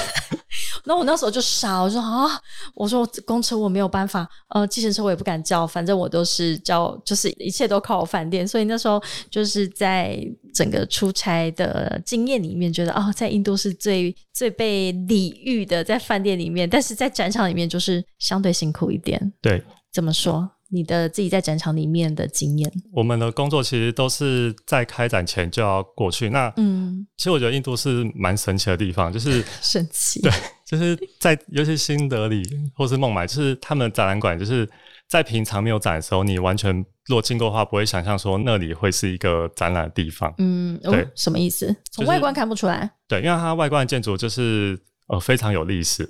Speaker 1: 那我那时候就傻，我说啊，我说公车我没有办法，呃，计程车我也不敢叫，反正我都是叫，就是一切都靠我饭店。所以那时候就是在整个出差的经验里面，觉得哦，在印度是最最被礼遇的，在饭店里面，但是在展场里面就是相对辛苦一点。
Speaker 2: 对。
Speaker 1: 怎么说？你的自己在展场里面的经验？
Speaker 2: 我们的工作其实都是在开展前就要过去。那
Speaker 1: 嗯，
Speaker 2: 其实我觉得印度是蛮神奇的地
Speaker 1: (laughs)
Speaker 2: 方，就是
Speaker 1: 神奇。
Speaker 2: 就是在尤其新德里或是孟买，就是他们展览馆，就是在平常没有展的时候，你完全如果经过的话，不会想象说那里会是一个展览的地方。
Speaker 1: 嗯，哦
Speaker 2: 对，
Speaker 1: 什么意思？从
Speaker 2: 就是
Speaker 1: 外观看不出来。
Speaker 2: 对，因为它外观的建筑就是呃非常有历史，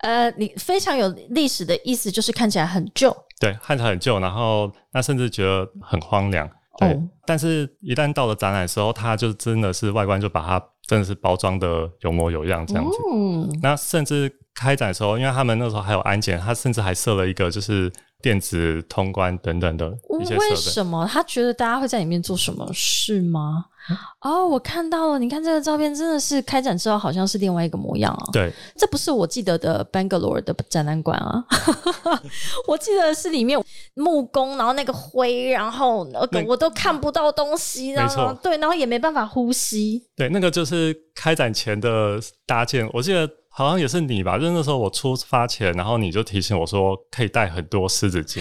Speaker 1: 呃，你非常有历史的意思，就是看起来很旧。
Speaker 2: 对，看起来很旧，然后那甚至觉得很荒凉。对，
Speaker 1: 哦
Speaker 2: 但是一旦到了展览的时候，它就真的是外观就把它真的是包装的有模有样这样子。
Speaker 1: 嗯，
Speaker 2: 那甚至开展的时候，因为他们那时候还有安检，他甚至还设了一个就是电子通关等等的一些
Speaker 1: 为
Speaker 2: 设备。
Speaker 1: 什么他觉得大家会在里面做什么事吗？
Speaker 2: 嗯
Speaker 1: 哦，我看到了，你看这个照片真的是开展之后好像是另外一个模样啊。
Speaker 2: 对，
Speaker 1: 这不是我记得的 Bangalore 的展览馆啊， (laughs) 我记得是里面木工，然后那个灰，然后那个
Speaker 2: 那
Speaker 1: 我都看不到东西，然后
Speaker 2: 没错
Speaker 1: 对，然后也没办法呼吸。
Speaker 2: 对，那个就是开展前的搭建，我记得好像也是你吧？就是那时候我出发前，然后你就提醒我说可以带很多湿纸巾。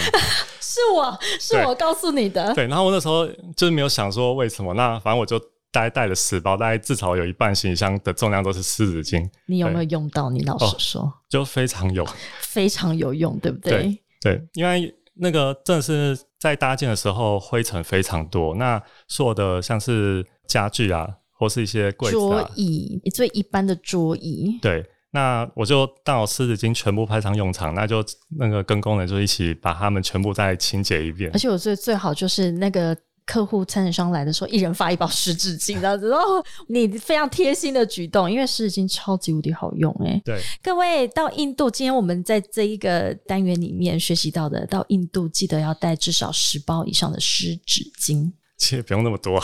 Speaker 1: 是我是
Speaker 2: 对
Speaker 1: 我告诉你的，
Speaker 2: 对，然后我那时候就是没有想说为什么，那反正我就大概带了十包，大概至少有一半行李箱的重量都是湿纸巾，
Speaker 1: 你有没有用到？你老实说，
Speaker 2: 就非常有。
Speaker 1: 非常有用，对不对？
Speaker 2: 哦对对，因为那个真的是在搭建的时候灰尘非常多，那所有的像是家具啊，或是一些柜子
Speaker 1: 桌
Speaker 2: 啊，
Speaker 1: 椅最一般的桌椅，
Speaker 2: 对，那我就到湿纸巾全部派上用场，那就那个跟工人就一起把它们全部再清洁一遍
Speaker 1: 而。且我最最好就是那个客户参展商来的时候，一人发一包湿纸巾，这样子，然后你非常贴心的举动，因为湿纸巾超级无敌好用哎、
Speaker 2: 对，
Speaker 1: 各位到印度，今天我们在这一个单元里面学习到的，到印度记得要带至少十包以上的湿纸巾。
Speaker 2: 其实不用那么多。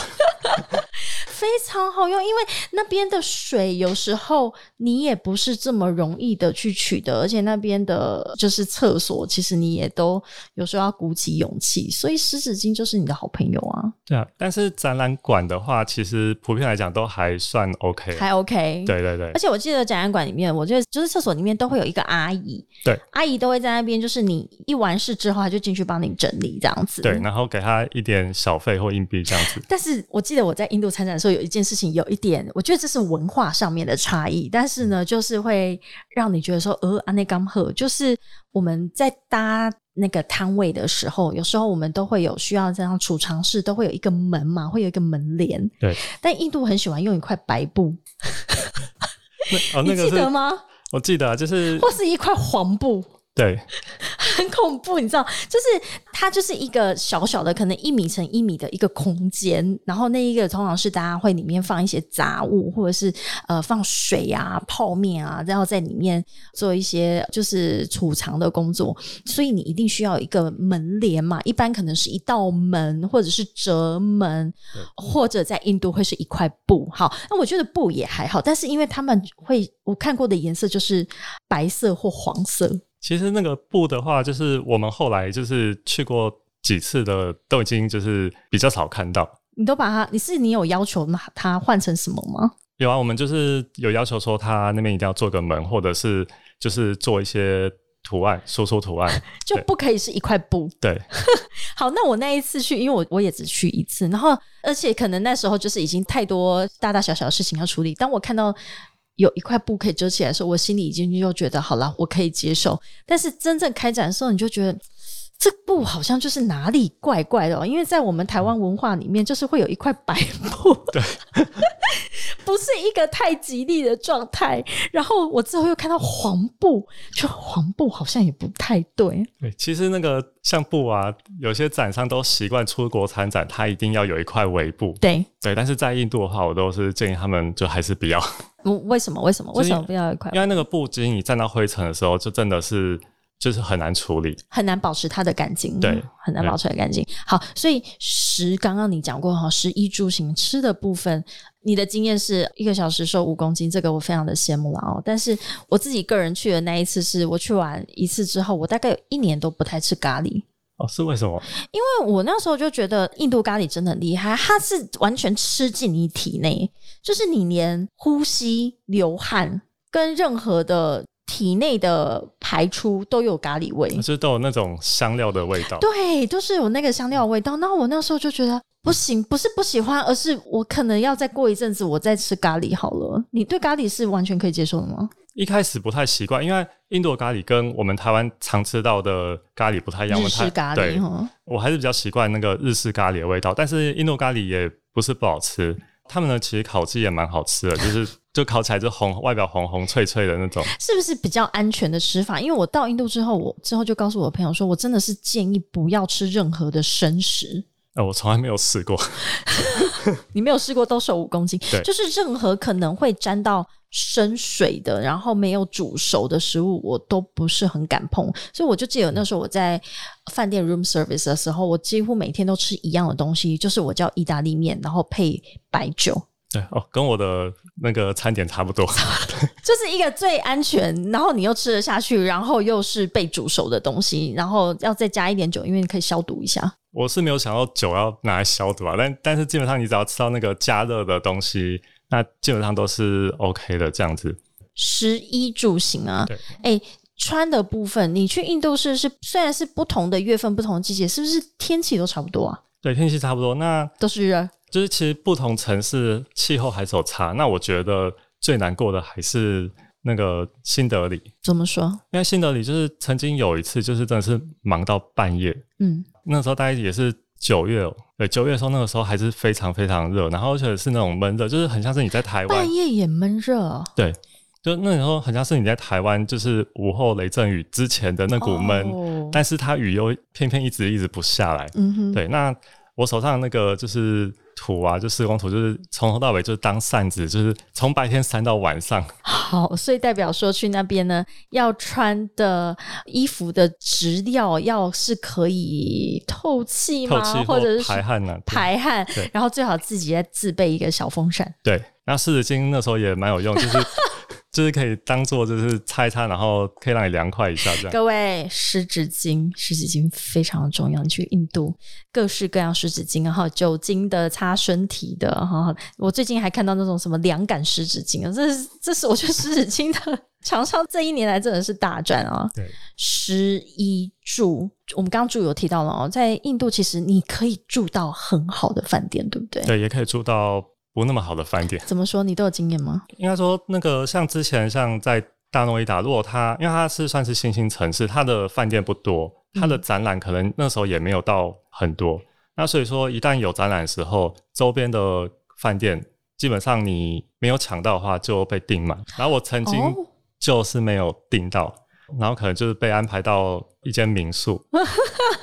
Speaker 1: 非常好用，因为那边的水有时候你也不是这么容易的去取得，而且那边的就是厕所，其实你也都有时候要鼓起勇气，所以湿纸巾就是你的好朋友啊，
Speaker 2: 对啊，但是展览馆的话，其实普遍来讲都还算 OK。啊
Speaker 1: 还 OK。。
Speaker 2: 对对对
Speaker 1: 而且我记得展览馆里面，我觉得就是厕所里面都会有一个阿姨，
Speaker 2: 对，
Speaker 1: 阿姨都会在那边，就是你一完事之后，她就进去帮你整理这样子。
Speaker 2: 对，然后给他一点小费或硬币这样子。
Speaker 1: 但是我记得我在印度参展的时候，有一件事情有一点，我觉得这是文化上面的差异，但是
Speaker 2: 嗯
Speaker 1: 呢，就是会让你觉得说，呃，安内刚赫，就是我们在搭。那个摊位的时候，有时候我们都会有需要这样储藏室都会有一个门嘛，会有一个门帘。
Speaker 2: 对，
Speaker 1: 但印度很喜欢用一块白布，
Speaker 2: 哦，那个
Speaker 1: 你记得
Speaker 2: 是
Speaker 1: 吗？
Speaker 2: 我记得啊，就是
Speaker 1: 或是一块黄布，
Speaker 2: 对
Speaker 1: 很恐怖，你知道，就是它就是一个小小的，可能一米乘一米的一个空间，然后那一个通常是大家会里面放一些杂物，或者是呃放水啊、泡面啊，然后在里面做一些就是储藏的工作，所以你一定需要一个门帘嘛，一般可能是一道门或者是折门，或者在印度会是一块布。好，那我觉得布也还好，但是因为他们会我看过的颜色就是白色或黄色。
Speaker 2: 其实那个布的话，就是我们后来就是去过几次的，都已经就是比较少看到。
Speaker 1: 你都把它，你是你有要求吗？它换成什么吗？
Speaker 2: 有啊，我们就是有要求说，他那边一定要做个门，或者是就是做一些图案，输出图案。
Speaker 1: 就
Speaker 2: 对
Speaker 1: 不可以是一块布。
Speaker 2: 对
Speaker 1: 好，那我那一次去，因为我我也只去一次，然后而且可能那时候就是已经太多大大小小的事情要处理。当我看到有一块布可以遮起来的时候，我心里已经就觉得好了，我可以接受。但是真正开展的时候，你就觉得这布好像就是哪里怪怪的、哦，因为在我们台湾文化里面，就是会有一块白布，对，不是一个太吉利的状态。然后我之后又看到黄布，就黄布好像也不太对，
Speaker 2: 对，其实那个像布啊，有些展商都习惯出国参展，它一定要有一块围布。
Speaker 1: 对，
Speaker 2: 对，但是在印度的话，我都是建议他们就还是不要，
Speaker 1: 嗯为什么？为什么？为
Speaker 2: 就是
Speaker 1: 什么不要一块
Speaker 2: 因？为那个布仅你沾到灰尘的时候，就真的是就是很难处理。
Speaker 1: 很难保持它的干净，
Speaker 2: 对，
Speaker 1: 很难保持它的干净。好，所以食刚刚你讲过哈，食衣住行吃的部分，你的经验是一个小时瘦五公斤，这个我非常的羡慕了哦。但是我自己个人去的那一次是我去完一次之后，我大概有一年都不太吃咖喱，
Speaker 2: 哦，是为什么？
Speaker 1: 因为我那时候就觉得印度咖喱真的很厉害，它是完全吃进你体内，就是你连呼吸、流汗跟任何的体内的排出都有咖喱味。
Speaker 2: 就是都有那种香料的味道。
Speaker 1: 对，就是有那个香料的味道。那我那时候就觉得不行，不是不喜欢，而是我可能要再过一阵子，我再吃咖喱好了。你对咖喱是完全可以接受的吗？
Speaker 2: 一开始不太习惯，因为印度的咖喱跟我们台湾常吃到的咖喱不太一样。我
Speaker 1: 日
Speaker 2: 们台
Speaker 1: 式咖
Speaker 2: 对
Speaker 1: 喱哦哈，
Speaker 2: 我还是比较习惯那个日式咖喱的味道，但是印度咖喱也不是不好吃。他们呢，其实烤鸡也蛮好吃的，就是
Speaker 1: (laughs)
Speaker 2: 就烤起来就红，外表红红脆脆的那种。
Speaker 1: 是不是比较安全的吃法？因为我到印度之后，我之后就告诉我朋友说，我真的是建议不要吃任何的生食。
Speaker 2: 呃，我从来没有试过。
Speaker 1: 你没有试过都瘦五公斤
Speaker 2: 对，
Speaker 1: 就是任何可能会沾到生水的，然后没有煮熟的食物，我都不是很敢碰。所以我就记得那时候我在饭店 room service 的时候，我几乎每天都吃一样的东西，就是我叫意大利面，然后配白酒，
Speaker 2: 对哦，跟我的那个餐点差
Speaker 1: (laughs)
Speaker 2: 不多。
Speaker 1: 就是一个最安全，然后你又吃得下去，然后又是被煮熟的东西，然后要再加一点酒，因为你可以消毒一下。
Speaker 2: 我是没有想到酒要拿来消毒啊，但但是基本上你只要吃到那个加热的东西，那基本上都是 OK 的这样子。
Speaker 1: 食衣住行啊
Speaker 2: 对，
Speaker 1: 哎、穿的部分，你去印度是是虽然是不同的月份、不同的季节，是不是天气都差不多啊？
Speaker 2: 对，天气差不多。那
Speaker 1: 都是热，
Speaker 2: 就是其实不同城市气候还是有差。那我觉得最难过的还是那个新德里，
Speaker 1: 怎么说？
Speaker 2: 因为新德里就是曾经有一次，就是真的是忙到半夜，
Speaker 1: 嗯，
Speaker 2: 那时候大概也是九月哦，对，九月的时候那个时候还是非常非常热，然后而且是那种闷热，就是很像是你在台湾
Speaker 1: 半，夜也闷热哦，
Speaker 2: 对，就那时候很像是你在台湾，就是午后雷阵雨之前的那股闷，
Speaker 1: 哦
Speaker 2: 但是它雨又偏偏一直一直不下来，
Speaker 1: 嗯哼，
Speaker 2: 对，那我手上那个就是土啊，就施工土，就是从头到尾就是当扇子，就是从白天扇到晚上。
Speaker 1: 好，所以代表说去那边呢，要穿的衣服的质料要是可以透气
Speaker 2: 透
Speaker 1: 吗？
Speaker 2: 气
Speaker 1: 或者是
Speaker 2: 排汗啊呢、对
Speaker 1: 排汗
Speaker 2: 对，
Speaker 1: 然后最好自己再自备一个小风扇。
Speaker 2: 对，那湿纸巾那时候也蛮有用，就是
Speaker 1: (laughs)
Speaker 2: 就是可以当做就是擦一擦，然后可以让你凉快一下
Speaker 1: (laughs)
Speaker 2: 这样。
Speaker 1: 各位，湿纸巾，湿纸巾非常重要。你去印度，各式各样湿纸巾，然后酒精的、擦身体的，哈。我最近还看到那种什么凉感湿纸巾，啊这是这是我觉得湿纸巾的厂商这一年来真的是大赚啊。
Speaker 2: 对，
Speaker 1: 食衣住，我们刚刚住有提到了哦，在印度其实你可以住到很好的饭店，对不对？
Speaker 2: 对，也可以住到不那么好的饭店。
Speaker 1: 怎么说？你都有经验吗？
Speaker 2: 应该说那个像之前像在大诺伊达，如果它因为它是算是新兴城市，它的饭店不多，它的展览可能那时候也没有到很多。那所以说，一旦有展览的时候，周边的饭店基本上你没有抢到的话就被订满。然后我曾经
Speaker 1: 哦
Speaker 2: 就是没有订到，然后可能就是被安排到一间民宿。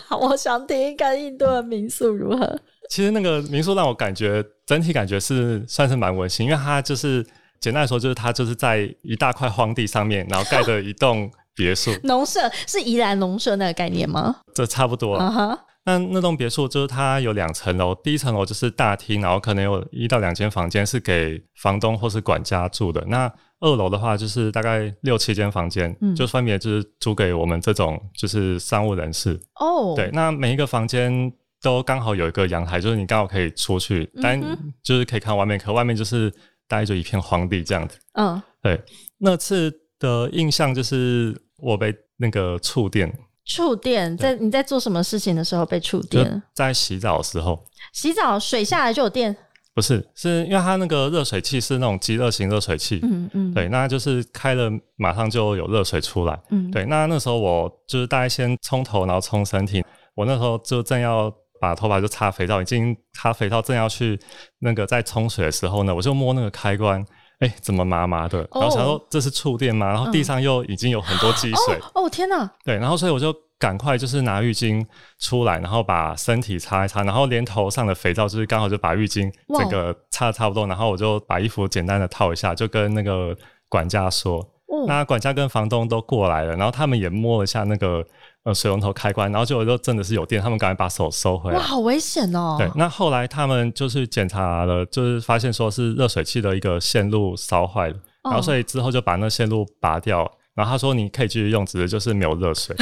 Speaker 1: 好，我想听一个印度的民宿如何。
Speaker 2: 其实那个民宿让我感觉整体感觉是算是蛮温馨，因为它就是简单来说，就是它就是在一大块荒地上面，然后盖的一栋别墅，
Speaker 1: 农舍是宜兰农舍那个概念吗？
Speaker 2: 这差不多。
Speaker 1: 啊哈，
Speaker 2: 那那栋别墅就是它有两层楼，第一层楼就是大厅，然后可能有一到两间房间是给房东或是管家住的。那二楼的话就是大概六七间房间，
Speaker 1: 嗯
Speaker 2: 就分别就是租给我们这种就是商务人士。
Speaker 1: 哦，
Speaker 2: 对，，那每一个房间都刚好有一个阳台，就是你刚好可以出去，
Speaker 1: 嗯
Speaker 2: 但就是可以看外面，可外面就是大概就一片荒地这样子。
Speaker 1: 嗯，
Speaker 2: 对，那次的印象就是我被那个触电，
Speaker 1: 触电在你在做什么事情的时候被触
Speaker 2: 就
Speaker 1: 电？
Speaker 2: 在洗澡的时候，
Speaker 1: 洗澡水下来就有电，
Speaker 2: 不是，是因为它那个热水器是那种即热型热水器，
Speaker 1: 嗯嗯，
Speaker 2: 对，那就是开了马上就有热水出来。
Speaker 1: 嗯，
Speaker 2: 对，那那时候我就是大概先冲头，然后冲身体。我那时候就正要把头发就擦肥皂，已经擦肥皂正要去那个在冲水的时候呢，我就摸那个开关，哎、怎么麻麻的？然后想说这是触电吗？然后地上又已经有很多积水，
Speaker 1: 哦天哪，
Speaker 2: 对，然后所以我就赶快就是拿浴巾出来，然后把身体擦一擦，然后连头上的肥皂就是刚好就把浴巾
Speaker 1: 哇哦
Speaker 2: 整个擦得差不多，然后我就把衣服简单的套一下，就跟那个管家说，
Speaker 1: 哦，
Speaker 2: 那管家跟房东都过来了，然后他们也摸了一下那个呃水龙头开关，然后结果就真的是有电，他们赶快把手收回来
Speaker 1: 哇，。好危险哦，
Speaker 2: 对，那后来他们就是检查了，就是发现说是热水器的一个线路烧坏了，
Speaker 1: 哦
Speaker 2: 然后所以之后就把那线路拔掉，然后他说你可以继续用，只是就是没有热 (laughs) 水。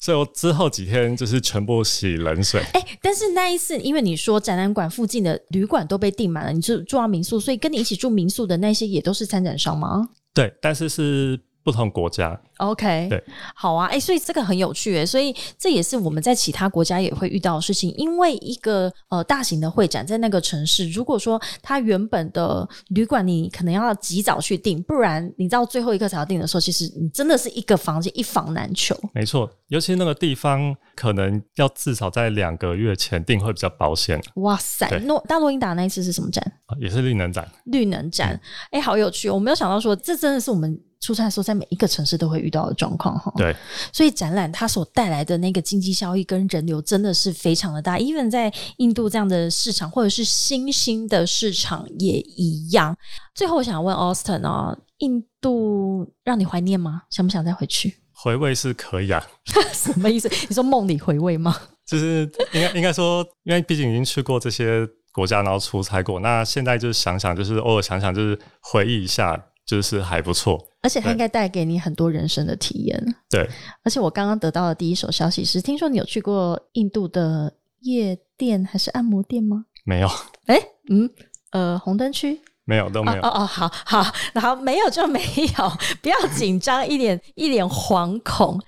Speaker 2: 所以我之后几天就是全部洗冷水，
Speaker 1: 哎、但是那一次，因为你说展览馆附近的旅馆都被订满了，你是住到民宿，所以跟你一起住民宿的那些也都是参展商吗
Speaker 2: 对，但是是不同国家，
Speaker 1: ？OK，
Speaker 2: 对，
Speaker 1: 好啊，哎、所以这个很有趣哎，所以这也是我们在其他国家也会遇到的事情，因为一个呃大型的会展在那个城市，如果说它原本的旅馆你可能要及早去订，不然你到最后一刻才要订的时候，其实你真的是一个房间一房难求。
Speaker 2: 没错，尤其那个地方可能要至少在两个月前订会比较保险，
Speaker 1: 哇塞
Speaker 2: 对，
Speaker 1: 诺大洛英达那一次是什么展？
Speaker 2: 也是令人展。
Speaker 1: 绿能展，
Speaker 2: 嗯
Speaker 1: 哎、好有趣哦！我没有想到说，这真的是我们出差的时候在每一个城市都会遇到的状况哈。
Speaker 2: 对，
Speaker 1: 所以展览它所带来的那个经济效益跟人流真的是非常的大，even 在印度这样的市场或者是新兴的市场也一样。最后，我想问 Austin 哦，印度让你怀念吗？想不想再回去？ (laughs)
Speaker 2: 回味是可以啊，
Speaker 1: 什么意思？你说梦里回味吗？
Speaker 2: 就是应该应该说，因为毕竟已经去过这些国家，然后出差过，那现在就是想想，就是偶尔想想，就是回忆一下，就是还不错。
Speaker 1: 而且它
Speaker 2: 对
Speaker 1: 应该带给你很多人生的体验。
Speaker 2: 对，
Speaker 1: 而且我刚刚得到的第一手消息是，听说你有去过印度的夜店还是按摩店吗？
Speaker 2: 没有
Speaker 1: 哎，嗯，呃，红灯区。
Speaker 2: 没有都
Speaker 1: 哦
Speaker 2: 没有，
Speaker 1: 哦哦，好好，然后没有就没有，不要紧张，一脸 (laughs) 一脸惶恐。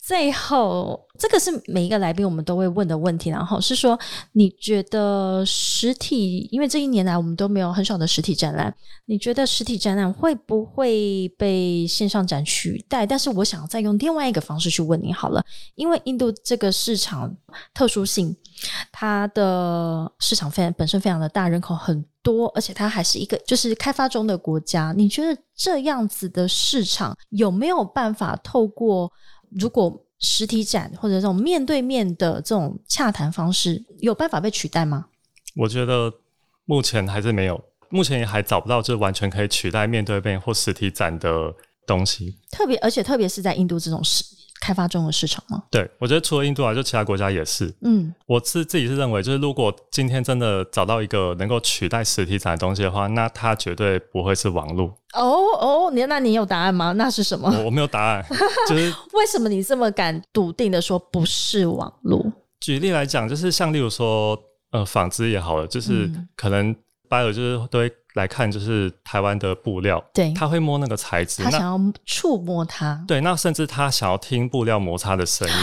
Speaker 1: 最后，这个是每一个来宾我们都会问的问题，然后是说，你觉得实体，因为这一年来我们都没有很少的实体展览，你觉得实体展览会不会被线上展取代？但是我想再用另外一个方式去问你好了，因为印度这个市场特殊性，它的市场非常本身非常的大，人口很多，而且它还是一个就是开发中的国家。你觉得这样子的市场有没有办法透过如果实体展或者这种面对面的这种洽谈方式，有办法被取代吗？
Speaker 2: 我觉得目前还是没有，目前也还找不到，就是完全可以取代面对面或实体展的东西。
Speaker 1: 特别而且特别是在印度这种市开发中的市场吗？
Speaker 2: 对我觉得除了印度啊，就其他国家也是。
Speaker 1: 嗯，
Speaker 2: 我是自己是认为，就是如果今天真的找到一个能够取代实体展的东西的话，那它绝对不会是网络。
Speaker 1: 哦哦，你那你有答案吗？那是什么？ (laughs)
Speaker 2: 我我没有答案， (laughs) 就是
Speaker 1: 为什么你这么敢笃定的说不是网络？
Speaker 2: 举例来讲，就是像例如说，呃，纺织也好了，就是
Speaker 1: 嗯
Speaker 2: 可能 buyer 就是都会来看，就是台湾的布料，
Speaker 1: 对
Speaker 2: 他会摸那个材质，
Speaker 1: 他想
Speaker 2: 那
Speaker 1: 要触摸它，
Speaker 2: 对，那甚至他想要听布料摩擦的声音，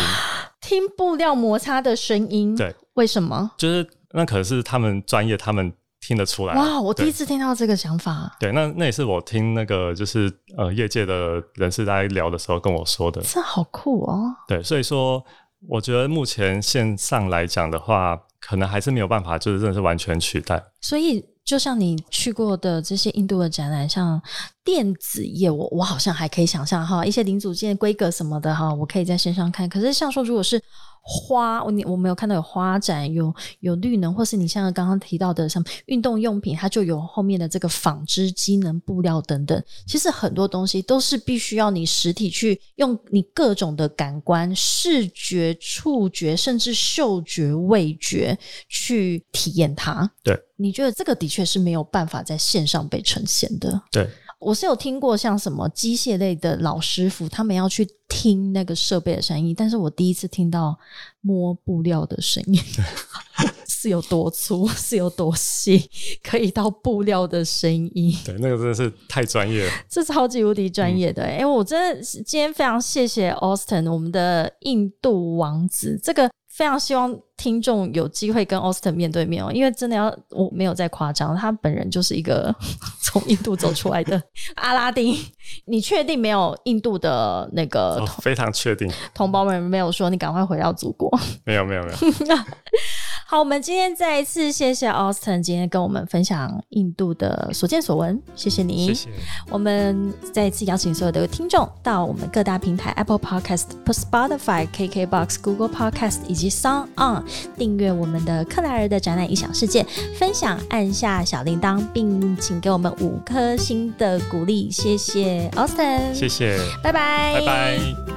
Speaker 1: 听布料摩擦的声音，
Speaker 2: 对，
Speaker 1: 为什么？
Speaker 2: 就是那可是他们专业，他们听得出来。
Speaker 1: 哇，我第
Speaker 2: 哎对
Speaker 1: 一次听到这个想法，
Speaker 2: 对，那那也是我听那个就是呃业界的人士在聊的时候跟我说的。
Speaker 1: 这好酷哦！
Speaker 2: 对，所以说我觉得目前线上来讲的话，可能还是没有办法，就是真的是完全取代。
Speaker 1: 所以，就像你去过的这些印度的展览，像电子业，我我好像还可以想象哈，一些零组件规格什么的哈，我可以在线上看。可是，像说如果是花，我你我没有看到有花展，有有绿能，或是你像刚刚提到的，像运动用品，它就有后面的这个纺织、机能布料等等。其实很多东西都是必须要你实体去用你各种的感官、视觉、触觉，甚至嗅觉、味觉去体验它。你觉得这个的确是没有办法在线上被呈现的。
Speaker 2: 对，
Speaker 1: 我是有听过像什么机械类的老师傅，他们要去听那个设备的声音，但是我第一次听到摸布料的声音，是有多粗，是有多细，可以到布料的声音。
Speaker 2: 对，那个真的是太专业了。
Speaker 1: 这超级无敌
Speaker 2: 嗯
Speaker 1: 专业的、欸，哎、我真的是今天非常谢谢 Austin，我们的印度王子，这个非常希望听众有机会跟 Austin 面对面哦，因为真的要我没有在夸张，他本人就是一个 (laughs) 从印度走出来
Speaker 2: (laughs)
Speaker 1: 的阿拉丁。你确定没有印度的那个
Speaker 2: 我
Speaker 1: 同
Speaker 2: 哦非常确定，
Speaker 1: 同胞们没有说你赶快回到祖国？ (laughs)
Speaker 2: 没有没有没有，
Speaker 1: 好，我们今天再一次谢谢 Austin 今天跟我们分享印度的所见所闻，谢谢你，
Speaker 2: 谢谢，
Speaker 1: 我们再一次邀请所有的听众到我们各大平台 Apple Podcast、Spotify、KKBox、Google Podcast 以及 Sound On 订阅我们的克莱尔的展览影响世界，分享按下小铃铛，并请给我们五颗星的鼓励，谢谢 Austin，
Speaker 2: 谢谢，
Speaker 1: 拜拜，
Speaker 2: 拜拜。